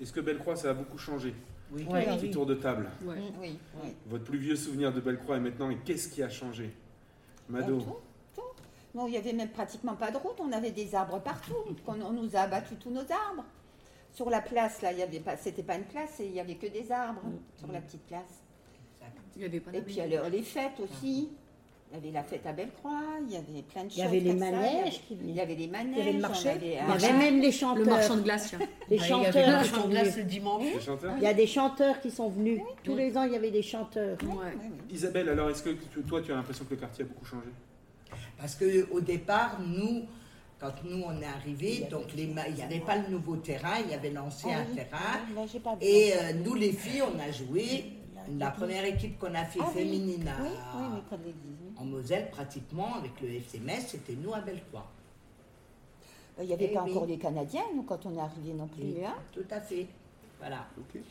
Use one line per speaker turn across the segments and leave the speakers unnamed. Est-ce que Bellecroix, ça a beaucoup changé
Oui.
Ouais.
Petit tour de table.
Ouais.
Oui. oui.
Votre plus vieux souvenir de Bellecroix est maintenant et qu'est-ce qui a changé Mado,
Bah, tout, tout. Bon, il n'y avait même pratiquement pas de route, on avait des arbres partout, on, on nous a abattu tous nos arbres. Sur la place, là, il y avait pas, c'était pas une place, et il n'y avait que des arbres sur la petite place.
Il y avait pas
Et
d'abri.
puis alors les fêtes aussi. Il y avait la fête à Bellecroix, il y avait plein de choses.
Il y avait les
comme ça, il y avait-
manèges qui
Il
venaient.
y avait les manèges.
avait le
on
marché.
avait-
Il y
ah,
avait même les chanteurs.
le marchand de glace, tiens.
Les
Bah, Il y avait
chanteurs
le
qui sont
marchand de glace
venus.
le dimanche.
les chanteurs
Il y a des chanteurs qui sont venus. Tous les ans, il y avait des chanteurs.
Ouais.
oui, oui.
Isabelle, alors est-ce que tu- toi, tu as l'impression que le quartier a beaucoup changé
Parce que au départ, nous, quand nous on est arrivés, donc les ma- il n'y avait pas le nouveau terrain, il y avait l'ancien
Ah oui,
terrain.
là, j'ai pas
Et
bien.
euh, nous les filles, on a joué. La première équipe qu'on a fait
Ah oui.
féminine à-
Oui, oui, mais près de l'église, oui.
en Moselle, pratiquement avec le FCMS, c'était nous à Bellecroix.
Il n'y avait
Eh
pas
oui.
encore les Canadiens, nous, quand on est arrivés non plus. hein.
Tout à fait. Voilà.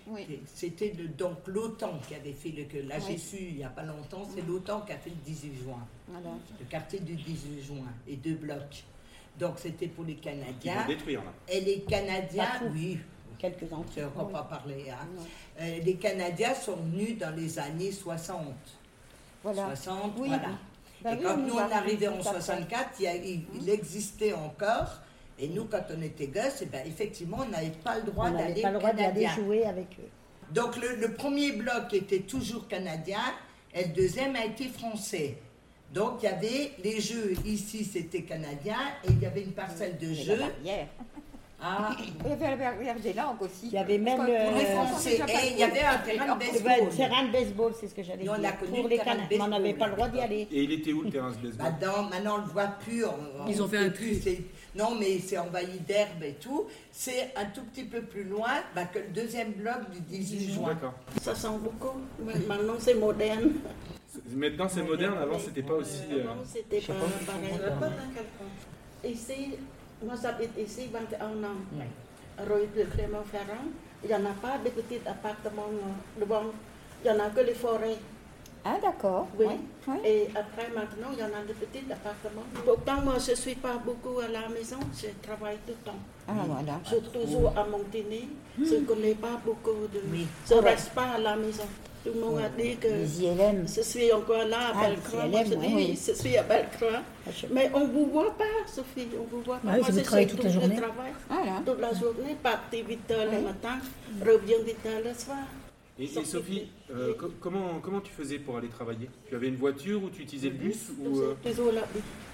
Oui.
C'était le- donc l'OTAN qui avait fait le. que Là,
Oui.
j'ai su il n'y a pas longtemps, c'est l'OTAN qui a fait le 18 juin.
Voilà.
Le quartier du 18 juin et deux blocs. Donc c'était pour les
Ils
Canadiens.
vont détruire là.
Et les Canadiens,
Pas tout.
oui,
Quelques ans.
je ne va pas parler. hein. Euh, les Canadiens sont venus dans les années 60.
Voilà.
60,
Oui,
voilà.
oui. Bah
et
oui,
quand
on
nous,
nous
on
a
arrivait en
arrivé après.
64, il, y a-
Mmh.
il- il existait encore. Et nous, quand on était gosses, eh ben, effectivement, on n'avait pas le droit
On n'avait
d'aller
pas le droit d'aller
Canadien.
jouer avec eux.
Donc le, le premier bloc était toujours canadien et le deuxième a été français. Donc il y avait les jeux, ici c'était canadien et il y avait une parcelle de
Il y avait
jeux.
la barrière.
Ah,
Il y avait la barrière des langues aussi.
Il y avait même,
Parce que
euh,
pour
les
les
français.
Français,
Et il y avait un terrain de
C'est vrai, le
baseball.
terrain de baseball, c'est ce que j'allais
Et on
dire.
l'a connu,
Pour
le
les
terrain de
Canadiens, mais on n'avait
baseball,
pas le droit d'y
là.
aller.
Et il était où le terrain de baseball
Maintenant, maintenant, on le voit plus. on- on-
Ils ont fait un puits.
c'est- Non, mais c'est envahi d'herbe et tout. C'est un tout petit peu plus loin bah, que le deuxième bloc du 18 juin.
D'accord.
Ça sent beaucoup. Maintenant, c'est moderne.
C'est- Maintenant c'est moderne, avant c'était pas aussi. euh,
Avant, c'était pas pareil. Ici, moi, j'habite ici 21 ans. Rue de Clermont-Ferrand. Il n'y en a pas de petits appartements euh, devant. Il n'y en a que les forêts.
Ah, d'accord.
Oui.
Ouais, ouais.
Et après, maintenant, il y en a de petits appartements. Pourtant, moi, je ne suis pas beaucoup à la maison. Je travaille tout le temps.
Ah, voilà.
Je suis toujours à Montigny. Je ne connais pas beaucoup de.
Oui.
Je ne reste pas à la maison. Tout le monde a dit que.
Les ILM.
Je suis encore là à
Ah,
Bellecroix.
les
je
CLM,
dis,
oui.
oui, je suis à Bellecroix.
je-
Mais on ne vous voit pas, Sophie. On vous voit pas.
Ah, oui,
Moi,
ça vous
je
travaillez
suis
toute la journée. Ah,
Le travail,
Voilà.
toute la journée, parti 8 heures le matin, reviens 8 heures le soir.
Et, et Sophie, euh, co- comment, comment tu faisais pour aller travailler Tu avais une voiture ou tu utilisais le bus ou, euh,
Toujours- Toujours là.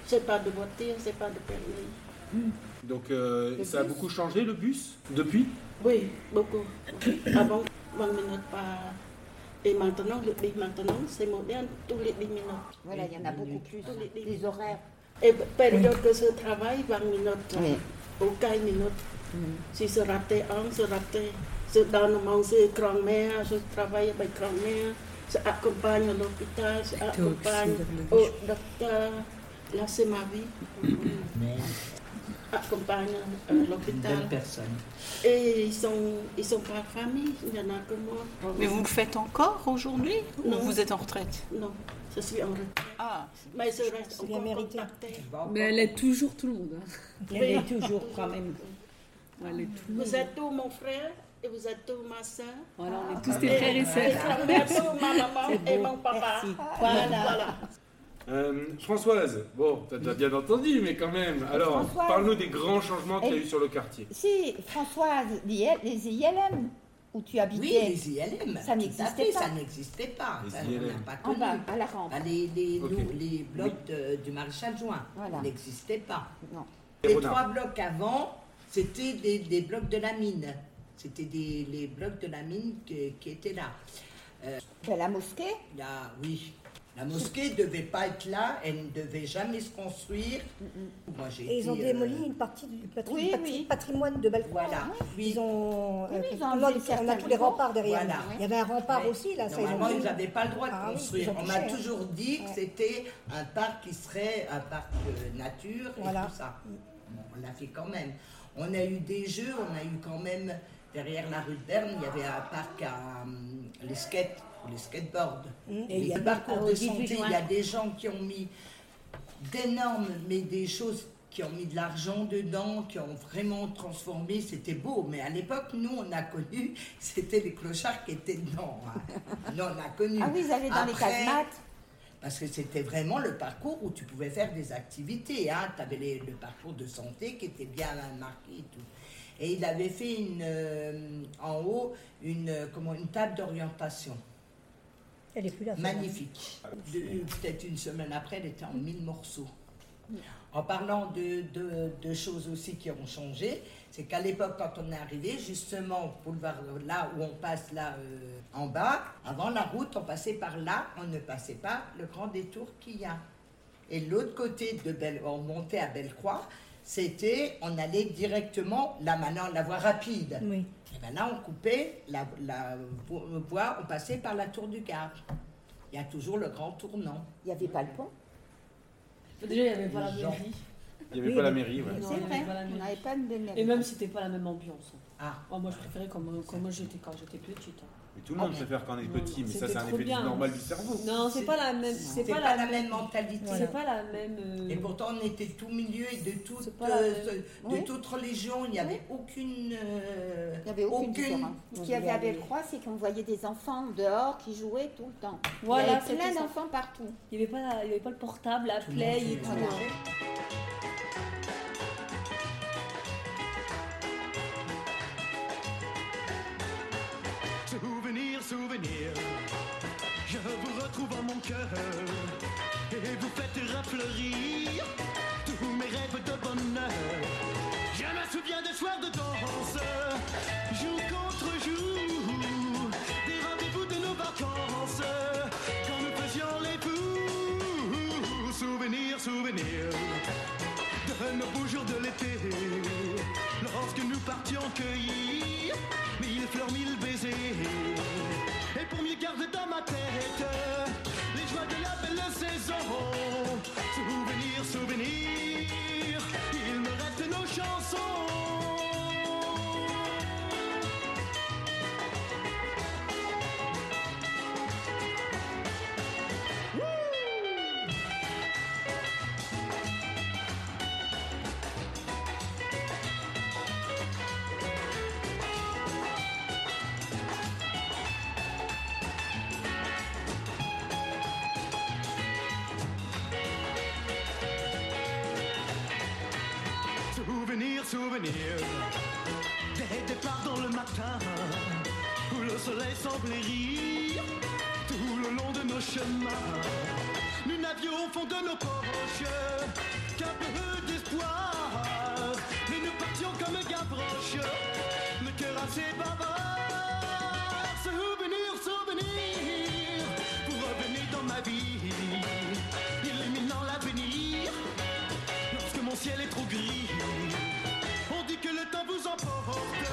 Je n'ai pas de voiture, je n'ai pas de permis.
Donc euh, ça a beaucoup changé le bus depuis
Oui, beaucoup. Avant, 20 minutes par. Et maintenant, le bus maintenant, c'est moderne, tous les 10 minutes.
Voilà, il y en a beaucoup plus.
Oui.
Les horaires.
Et période Eh, que je travaille, 20 minutes.
Oui.
Au 15 minutes. Si ah, je ratais un, je ratais. Je donne manger grand-mère, je travaille avec grand-mère, je accompagne à l'hôpital, je accompagne au docteur. Là, c'est ma vie. Accompagne à
Une belle
l'hôpital.
personne.
Et ils sont, ils sont pas famille, il n'y en a que moi.
Mais vous le faites encore aujourd'hui ou
Non.
vous êtes en retraite
Non, je suis en retard.
Ah,
Mais je reste
bien
encore
mérité.
contactée.
Oh.
Mais elle est toujours tout le monde. hein.
Il y avait toujours quand même.
Elle est tout le monde.
Vous êtes tous mon frère et vous êtes tous ma soeur.
Voilà, on est
Ah,
tous tes frères et sœurs.
Ah,
Vous êtes tous ma maman et mon papa.
Merci.
Voilà.
Euh, Françoise, bon, t'as t'as bien entendu, mais quand même. Alors,
Françoise.
parle-nous des grands changements qu'il y a
Elle-
eu sur le quartier.
Si, Françoise, les les ILM, où tu
Oui,
habitais.
les ILM.
Ça
tout à
n'existait
fait,
pas.
Ça n'existait pas.
Les
Ça, on
ILM.
n'a pas
En
connu.
bas, à la rampe.
Bah, les, les,
Ok.
nous, les blocs de- du maréchal juin
Voilà.
n'existaient pas.
Non.
Les
Les
renards.
trois blocs avant, c'était des, des blocs de la mine. C'était des, les blocs de la mine qui, qui étaient là.
T'as la mosquée.
Là, oui. La mosquée ne devait pas être là, elle ne devait jamais se construire.
Mm,
Moi, j'ai
Et ils
été,
ont
euh,
démoli une partie du patri-
Oui,
patri-
oui.
patrimoine de Belfort.
Voilà.
Ils ont, euh,
Oui, oui, ils ont
on,
enlevé
a, on a
certains
tous les
niveaux.
remparts derrière.
Voilà.
Il y avait un rempart
Ouais.
aussi, là. ça, ils ont
Normalement, ils
mis.
n'avaient pas le droit de
Ah oui,
construire.
ils ont
On m'a
touché, hein.
toujours dit que
Ouais.
c'était un parc qui serait un parc euh, nature et
Voilà.
tout ça. Bon, on l'a fait quand même. On a eu des jeux, on a eu quand même, derrière la rue de Berne, il y avait un parc à hum, les skates, pour les skateboards.
Et il y
les
a-
parcours
au
de
18
santé,
juin.
il y a des gens qui ont mis d'énormes, mais des choses qui qui ont mis de l'argent dedans, qui ont vraiment transformé. C'était beau, mais à l'époque, nous, on a connu, c'était les clochards qui étaient dedans. hein. Non, on a connu.
Ah oui, ils allaient dans les
Après,
casemates.
Parce que c'était vraiment le parcours où tu pouvais faire des activités. Hein. Tu avais les- le parcours de santé qui était bien marqué et tout. Et il avait fait une, euh, en haut une, euh, comment, une table d'orientation.
Elle est plus là.
hein.
celle-là.
Magnifique. De- Peut-être une semaine après, elle était en mille morceaux. En parlant de, de- de choses aussi qui ont changé, c'est qu'à l'époque, quand on est arrivé, justement, au boulevard là où on passe là euh, en bas, avant la route, on passait par là, on ne passait pas le grand détour qu'il y a. Et l'autre côté de Belle, on montait à Bellecroix, c'était, on allait directement, là maintenant, la voie rapide.
Oui.
Et ben là, on coupait la, la vo- voie, on passait par la tour du Gard. Il y a toujours le grand tournant.
Il n'y avait pas le pont.
Déjà, il n'y avait pas la
Genre.
mairie.
Il n'y avait pas la mairie, ouais.
Non,
C'est
il y avait
vrai,
pas la
on
mairie.
n'avait pas de mairie.
Et même, c'était pas la même ambiance.
Ah,
Oh, moi, je préférais comme, comme moi j'étais quand j'étais petite. hein.
Mais tout le monde préfère quand on est
Non,
petit, mais ça,
c'était
c'est un
trop
effet
bien.
normal du cerveau.
Non, c'est
C'est-
pas la même. C'est
c'est
pas, la même.
mentalité.
C'est pas la même. euh,
Mm.
Et pourtant, on était tout milieu et de toute,
C'est pas la
euh,
même.
de
Oui.
toute religion. Il n'y avait aucune. euh,
Il n'y avait aucune, différence. Ce
Il
qu'il
y
y avait à
avait-
Bellecroix, c'est qu'on voyait des enfants dehors qui jouaient tout le temps.
Voilà,
il y
c'était
avait
ça.
plein d'enfants partout.
Il n'y avait, pas la- il y avait pas le portable, la
Tout le monde
play et
se
tout. hein.
Voilà.
mélangeait.
Souvenir, souvenir, je vous retrouve en mon cœur et vous faites rafleurir tous mes rêves de bonheur. Je me souviens des soirs de danse, jour contre jour, des rendez-vous de nos vacances, quand nous faisions les fous. Souvenir, souvenir de nos beaux jours de l'été. Lorsque nous partions cueillir mille fleurs, mille baisers. Et pour mieux garder dans ma tête les joies de la belle saison. Souvenir, souvenir, il me reste nos chansons. Souvenir, souvenir Des départs dans le matin Où le soleil semblait rire Tout le long de nos chemins Nous n'avions au fond de nos poches Qu'un peu d'espoir Mais nous partions comme Gavroche Le cœur assez bavard Souvenir, souvenir Pour revenir dans ma vie Illuminant l'avenir lorsque mon ciel est trop gris. On dit que le temps vous emporte,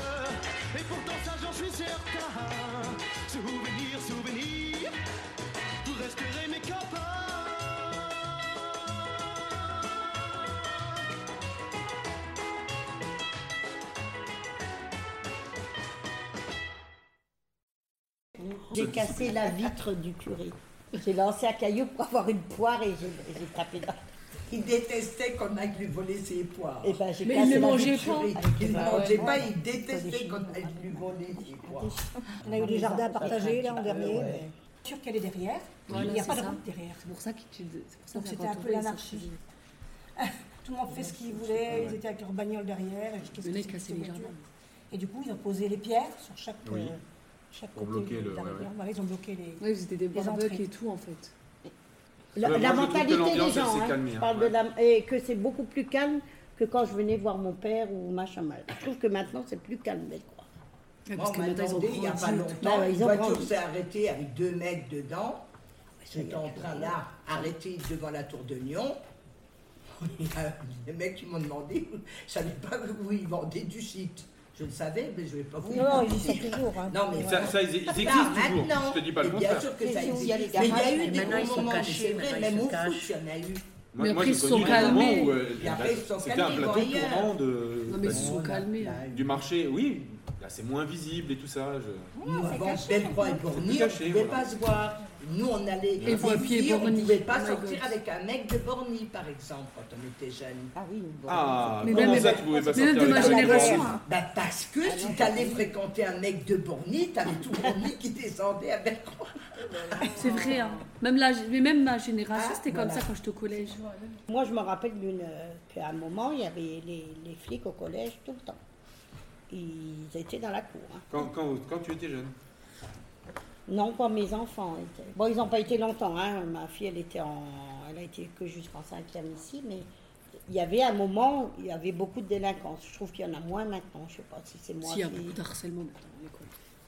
et pourtant ça j'en suis certain. Souvenir, souvenir, vous resterez mes copains.
J'ai cassé la vitre du curé. J'ai lancé un caillou pour avoir une poire et j'ai j'ai tapé dans.
Il détestait qu'on aille lui voler ses poires.
Et ben, j'ai
Mais
cassé
il ne
la
mangeait
vitre.
pas.
Il
Avec des
ne
barres.
mangeait pas,
Ouais.
il détestait
Des
qu'on
chiffres.
aille lui voler ses poires.
On a eu des jardins à partager là en
Ouais,
dernier.
ouais.
mais Je suis sûre qu'elle est derrière.
Voilà,
Il n'y a
c'est
pas de
ça.
route derrière.
C'est pour ça qu'il c'est pour ça
Donc
que
c'était
quand
un
on
peu
fait, ça,
l'anarchie.
c'est-
Tout le monde fait ce qu'il voulait. Ils étaient avec leur bagnole derrière. Et puis, qu'est-ce
Le
que
nez
c'est que
cassé
ces
les
voitures
jardins.
Et du coup, ils ont posé les pierres sur chaque,
Oui.
euh, chaque
Pour
côté
bloquer
de
le-
la
ouais,
rivière.
ouais.
Voilà, ils ont bloqué les.
Ouais, vous étiez des
Les
barbecues
entrées.
et tout en fait.
La,
Ouais, moi,
la
je trouve que
mentalité des
l'ambiance, elle
gens,
s'est
hein.
calmée,
je
hein,
parle
ouais.
de la- et que c'est beaucoup plus calme que quand je venais voir mon père ou machin mal. Je trouve que maintenant c'est plus calme, belle croix.
Ouais,
Moi,
parce
on
que
m'a
maintenant ils ont
demandé, il n'y a
grandi et
pas
tout.
longtemps,
ouais,
une
ils ont
voiture
grandi.
s'est arrêtée avec deux mecs dedans.
ça, il y
J'étais
a
en
plus
train là, arrêté devant la tour de Lyon. Il y a des mecs qui m'ont demandé, je ne savais pas où ils vendaient du shit. Je le savais, mais je ne vais pas vous
Non, non,
le
ils y sont
dire.
toujours. hein.
Non, mais
Ça, ça, ils, ils existent
Là,
toujours.
maintenant,
Je te dis pas le
et Bien
contraire.
sûr que
Les
ça
yeux où il y
existe.
a les
Mais il y
garages,
a eu
mais
des
maintenant,
gros
ils sont
moments,
cachés,
c'est vrai, même au foot, il y en a eu.
Moi,
Mais
moi,
après,
j'ai
ils se
connu
sont
des moments
calmés.
où, euh,
Et après, ils se sont
C'était un
calmés, ils
plateau
vont ailleurs.
tournant de,
Non mais ils
bah,
se sont calmés.
Là,
du marché, oui. Là, c'est moins visible et tout ça. je-
Nous,
c'est
avant
caché,
Belleroy et
maintenant.
Bourny,
C'est
on ne
caché,
pouvait
voilà.
pas se voir. Nous, on allait.
Et Boipied et
filles, on ne
Bourny.
pouvait pas
Oh my
sortir
God.
avec un mec de Bourny, par exemple, quand on était jeune.
Ah oui,
Ah, Mais comment même- ça, tu pouvais pas mais sortir même de avec ma un mec de génération, Bourny hein.
Bah, Parce que
Ah
si tu allais fréquenter un mec de Bourny, tu avais tout Bourny qui descendait avec toi.
C'est vrai, hein. même, la, mais même ma génération, c'était comme
Ah, voilà.
ça quand j'étais au collège.
Moi, je me rappelle d'une, euh, qu'à un moment, il y avait les, les flics au collège tout le temps. Ils étaient dans la cour. hein.
Quand, quand, quand tu étais jeune.
Non, pas mes enfants. étaient- Bon, ils n'ont pas été longtemps. hein. Ma fille, elle était en, elle a été que jusqu'en cinquième ici, mais il y avait un moment, il y avait beaucoup de délinquance. Je trouve qu'il y en a moins maintenant. Je ne sais pas si c'est moi.
S'il y a
qui-
beaucoup de harcèlement maintenant à l'école.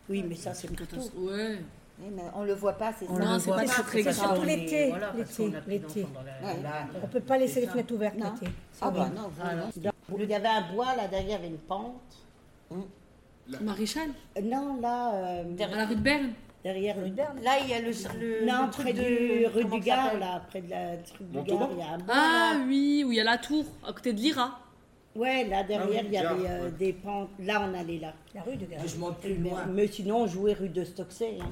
Oui, mais ça, c'est hein.
une
plutôt-
catastrophe. Ouais.
Oui, mais on le voit pas, c'est ça.
On le voit pas, c'est très grave.
Surtout l'été,
Voilà, parce
l'été,
qu'on a plus
l'été.
d'enfants dans la-
Ouais.
la-
On peut pas laisser les fenêtres ouvertes
Non.
l'été.
Ah bah non, vous- non.
Dans- Il y avait un bois, là, derrière, il y avait une pente.
Maréchal
Euh, Non, là.
À la rue de Berne
Derrière le.
Là, il y a le. le-
non,
le truc
près du
de-
rue
comment
du
ça
Gard,
s'appelle
là, près de la truc du
Montauban
Gard, il y a un bois.
Ah
là.
oui, où il y a la tour, à côté de l'IRA.
Ouais, là derrière,
Ah oui,
il y avait
Gard,
euh,
ouais.
des pentes. Là, on allait là.
La rue de Gare.
Je monte plus loin.
Mais sinon, on jouait rue de Stoxey. hein.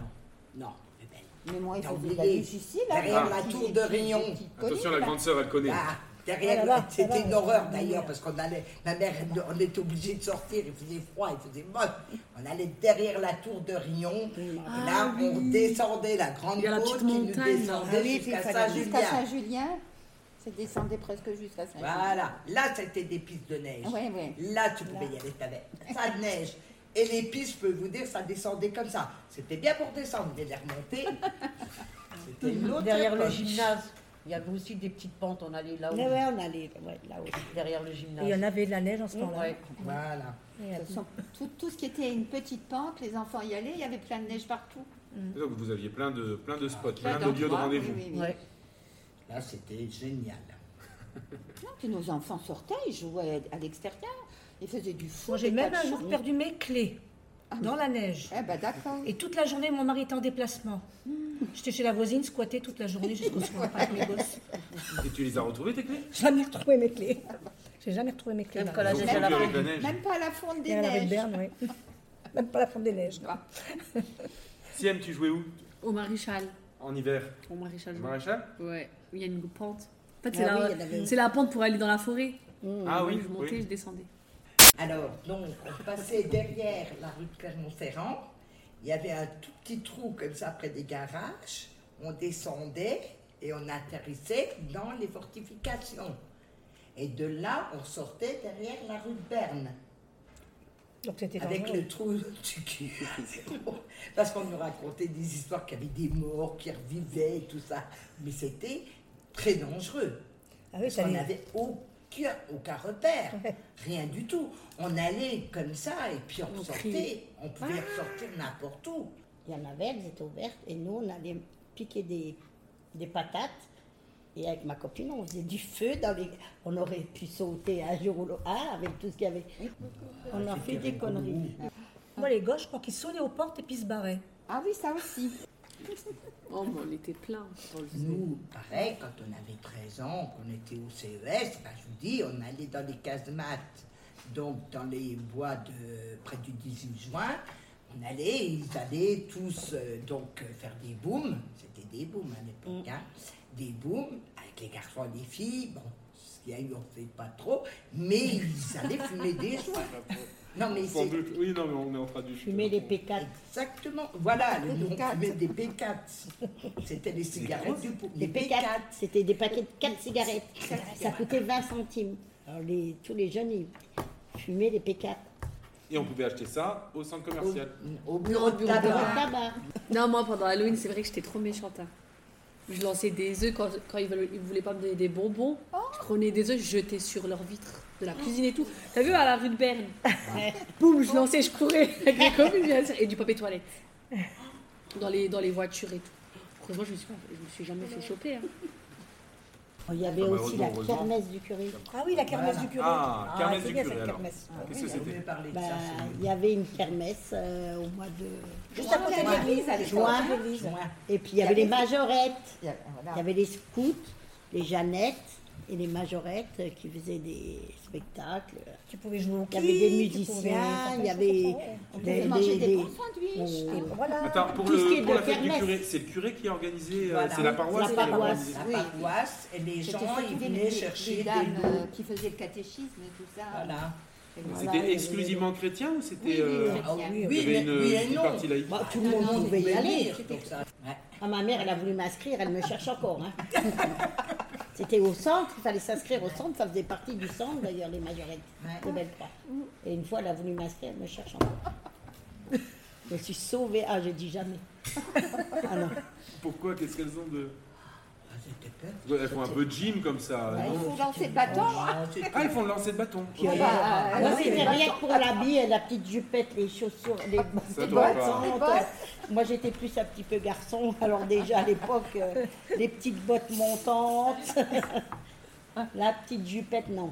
Non, mais ben,
Mais moi, il
T'as
faut que
oublié.
je la luche ici, là. Ah.
Derrière
il y a
la
une petite-
tour de
une petite
Rayon.
colline,
Attention, la
là.
grande sœur, elle connaît.
Ah, derrière,
Ah là là,
c'était
ça va,
une
on-
horreur
on-
d'ailleurs, parce qu'on allait, ma mère, elle- on était obligé de sortir, il faisait froid, il faisait moche. On allait derrière la tour de Rion, et là,
Ah oui.
on descendait la grande
Il y a la
côte
petite
qui nous
montagne, là.
descendait
Ah oui, puis il
jusqu'à
fallait jusqu'à
Saint-Julien.
Saint-Julien. C'est descendait presque jusqu'à Saint-Julien.
Voilà, là, c'était des pistes de neige.
Ah Ouais, ouais.
Là, tu pouvais y aller, t'avais ça de neige. Et les pistes, je peux vous dire, ça descendait comme ça. C'était bien pour descendre, mais les remonter, c'était une autre
Derrière le
époque.
gymnase, il y avait aussi des petites pentes, on allait là-haut,
Mais ouais, on allait ouais, là aussi.
derrière le
Et il y
gymnase.
en avait de la neige en ce temps-là.
Ouais.
Voilà.
Et, euh,
Ce sont Tout, tout ce qui était une petite pente, les enfants y allaient, il y avait plein de neige partout.
Et Donc vous aviez plein de, plein de spots, plein
Plein
de lieux de
d'endroits, oui,
rendez-vous.
oui, oui.
Ouais.
Là, c'était génial.
Non, puis nos enfants sortaient, ils jouaient à l'extérieur, ils faisaient du foot.
Moi, j'ai
des
même
tas de
un jour
choses.
perdu mes clés dans la neige.
Eh ben d'accord.
Et toute la journée, mon mari était en déplacement. J'étais chez la voisine, squattée toute la journée jusqu'au soir avec mes gosses.
Et tu les as retrouvés tes clés
Jamais retrouvé mes clés. J'ai jamais retrouvé mes clés.
Même
là.
quand la
Ils ont
neige à la
fondu
fin.
avec la neige.
Même pas à la fonte
Et
des
à la rue de
neiges.
Berne, oui. Même pas la fonte des neiges.
Siem, tu jouais où
Au Maréchal.
en hiver
Au Maréchal.
Au
je-
Maréchal
Ouais, où il y a une pente. En fait, c'est
Ah oui,
la-
il y en avait.
c'est la pente pour aller dans la forêt.
Ah oui,
Je montais,
oui.
je descendais.
Alors, donc, on passait derrière la rue de Clermont-Ferrand. Il y avait un tout petit trou comme ça près des garages. On descendait et on atterrissait dans les fortifications. Et de là, on sortait derrière la rue de Berne.
Donc c'était
Avec
dangereux.
le trou du cul. Parce qu'on nous racontait des histoires qu'il y avait des morts qui revivaient et tout ça. Mais c'était très dangereux.
Ah oui,
Parce qu'on
t'allais-
n'avait aucun, aucun repère, rien du tout. On allait comme ça et puis on sortait.
criait.
On pouvait
Ah.
ressortir n'importe où.
Il y en avait, elles étaient ouvertes. Et nous, on allait piquer des, des patates. Et avec ma copine, on faisait du feu dans les. On aurait pu sauter un jour ou l'autre Ah, avec tout ce qu'il y avait. On a fait des conneries.
Moi, les gosses, je crois qu'ils sonnaient aux portes et puis ils se barraient.
Ah oui, ça aussi.
Oh, mais on était plein. dans le-
Nous, pareil, quand on avait 13 ans, qu'on était au CES, ben, je vous dis, on allait dans les casemates, donc dans les bois de près du 18 juin. On allait, ils allaient tous euh, donc euh, faire des booms, c'était des booms à l'époque, hein, des booms avec les garçons et les filles, bon, ce qu'il y a eu, on ne sait pas trop, mais ils allaient fumer des joints. Non, mais
Sans
c'est
doute. Oui, non, mais on est en train de
Fumer des pécates.
exactement, voilà, le nom,
P4.
mais des P4, c'était les cigarettes du pou-
Des
les
P4,
P4.
c'était des paquets de 4 cigarettes. Ça coûtait 20 centimes. Alors les, tous les jeunes, ils fumaient des P4.
Et on pouvait acheter ça au centre
au,
commercial.
au bureau de
Dans
tabac.
le tabac.
Non, moi, pendant Halloween, c'est vrai que j'étais trop méchante. hein. Je lançais des œufs quand, quand ils, veulent- ils voulaient pas me donner des bonbons. Je prenais des œufs, je jetais sur leur vitre de la cuisine et tout. T'as vu à la rue de Berne Boum, je lançais, je courais avec les copines, bien sûr, et du papier toilette. Dans les, dans les voitures et tout. Heureusement, je me suis, pas- je me suis jamais fait choper. hein.
Il y avait
Ah bah,
aussi la
heureusement.
kermesse du curé.
Ah oui, la kermesse du curé.
Ah, kermesse
c'est
du
bien,
curé,
cette
alors.
kermesse.
Qu'est-ce que
On
c'était
devait parler de
Bah,
ça,
il y avait une kermesse euh, au mois de
Juste à côté de
Juin.
l'église, à l'époque.
juin.
c'est moi.
Et puis il y avait les majorettes,
Il y a-
il
voilà.
y avait les scouts, les Jeannettes, et les majorettes euh, qui faisaient des spectacles.
Tu pouvais jouer au
Il y avait des
quilles, tu pouvais-
musiciens, il y
ça
avait
fait-
des-
pouvait
des-
manger
des- Euh,
des
des-
bons sandwichs.
on-
Et voilà.
Attends, pour,
Tout ce qui
le,
est
pour
de
la fête du
kermesse.
curé, c'est le curé qui a organisé, euh,
Voilà.
c'est la paroisse qui
La
a
paroisse, Ah,
organisé.
la paroisse, et les
C'était
gens,
surtout
ils
des-
venaient
des-
chercher
des
des
dames
lots.
euh, qui faisaient le catéchisme et tout ça.
Voilà.
Et
Mais
voilà,
C'était
il y avait-
exclusivement chrétien ou c'était.
Oui, oui,
euh,
chrétien.
Ah oui,
il y
oui,
avait
mais-
une-
oui et
une
non. Ah,
partie laïque.
Bah, tout le monde pouvait y
pouvait
aller.
venir, donc ça- ouais.
Ah, ma mère, elle a voulu m'inscrire, elle me cherche encore. hein. C'était au centre, il fallait s'inscrire au centre, ça faisait partie du centre d'ailleurs, les majorettes de Bellecroix. Et une fois, elle a voulu m'inscrire, elle me cherche encore. Je me suis sauvée, ah, je dis jamais. Ah non.
Pourquoi Qu'est-ce qu'elles ont de.
Ah, c'était peur.
Elles font un peu de gym comme ça.
Bah,
non
ils font lancer le bâton.
Ah, c'était-
Ah, ils font le lancer de bâton.
Puis
Ah
elle-
bah,
ah, moi,
euh,
c'était
c'est
rien que pour l'habit, et la petite jupette, les chaussures, les bottes,
Ça
les
doit
bottes,
pas. hein.
sans-
Les bottes.
Moi, j'étais plus un petit peu garçon, alors déjà à l'époque, euh, les petites bottes montantes, la petite jupette, non.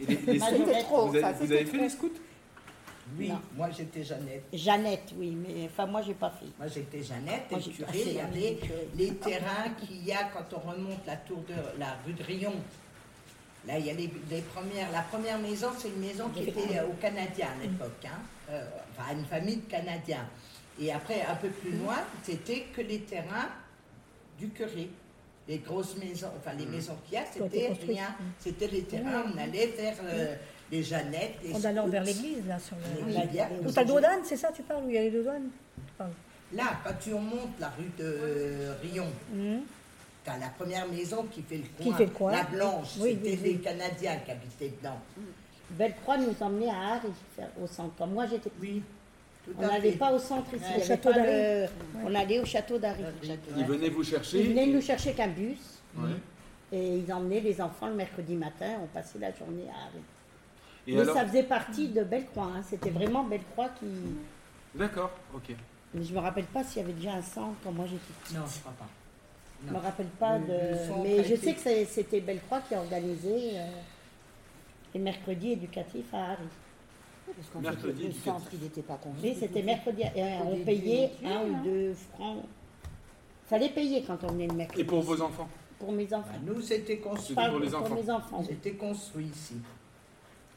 Et les, les
Ça,
scouts,
c'était
trop,
vous avez,
ça,
vous
c'était
avez fait
trop.
les scouts
Oui,
Non.
moi j'étais Jeannette.
Jeannette, oui, mais enfin, moi, j'ai pas fait.
Moi j'étais Jeannette et
Moi,
le
j'ai
curé,
passé
il y
la
avait
rue du curé.
les terrains qu'il y a quand on remonte la tour de la rue de Rion. Là, il y a les, les premières. La première maison, c'est une maison qui était euh, aux Canadiens à l'époque, hein, euh, enfin une famille de Canadiens. Et après, un peu plus loin, c'était que les terrains du curé. Les grosses maisons, enfin les maisons qu'il y a, c'était rien. C'était les terrains, on allait vers euh, les Jeannettes, les
En allant vers
Scouts.
l'église, là, sur le.
Là, il y a-
Où t'as le douane, c'est ça, tu parles Où il y a les douanes
Là, quand tu remontes la rue de euh, Rion,
Hmm.
t'as la première maison qui fait le coin.
Qui fait le coin.
La blanche,
Oui,
c'était
oui, oui.
les Canadiens qui habitaient dedans.
Bellecroix nous emmenait à Harry, faire- au centre. Quand moi, j'étais
Oui, tout
On
à
n'allait
fait.
pas au centre ici.
Ouais.
il y avait
Château
pas
d'Arry.
le- On allait au château d'Arry.
Ils venaient vous
Ils
chercher
venaient nous chercher qu'un bus
Ouais.
et ils emmenaient les enfants le mercredi matin. On passait la journée à Arles.
Et
Mais
alors
ça faisait partie de Bellecroix. hein, C'était vraiment Bellecroix qui.
D'accord, ok.
Mais je me rappelle pas s'il y avait déjà un centre quand moi j'étais petite.
Non, je crois pas.
Je me rappelle pas
Le-
de.
le centre a
Mais je
été-
sais que c'est- c'était Bellecroix qui organisait euh, les mercredis éducatifs à Harry.
Parce qu'en
Mercredi,
fait, le
du
centre, il n'était pas construit.
Oui, c'était mercredi. et, euh, on payait un ou deux francs. Fallait payer quand on venait le mercredi.
Et pour vos enfants
Pour mes enfants.
Ah, Nous, c'était
C'est
construit.
pour les enfants.
mes enfants.
C'était construit ici.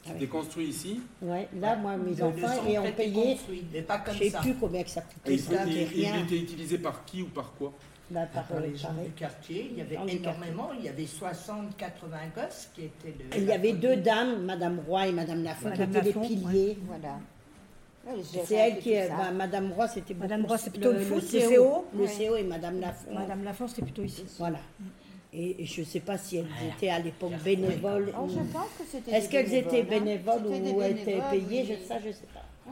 C'était construit ici
Ouais, là, moi, mes
Le- le
enfants,
centre
et on
était
payait,
construit, mais pas
je
comme
sais
ça.
plus combien que ça
Et
coûtait,
il,
ça,
il-
mais
il
rien.
était utilisé par qui ou par quoi
Là, par,
Par Ah, les gens
pareil.
du quartier, il y
Gens
avait
du
énormément, il y avait 60, 80 gosses qui étaient le.
Et Il y avait deux dames, Madame Roy et Madame Lafont, qui
Madame
étaient des
Lafont,
piliers.
Voilà. Ouais, le
C'est
gérant
elle
et
qui,
tout
est-
ça.
bah, Madame Roy, c'était
Madame
beaucoup-
Roy, c'est plutôt le foot,
CO,
le CO.
Le CO et Madame Lafont.
Madame Lafont, c'était plutôt ici.
Voilà. Et, et je ne sais pas si elles étaient à l'époque bénévoles.
Oh,
ou-
je pense que c'était
Est-ce
des
qu'elles étaient
hein.
bénévoles
C'était des
ou étaient
bénévoles,
payées
oui.
je, Ça, je ne sais pas.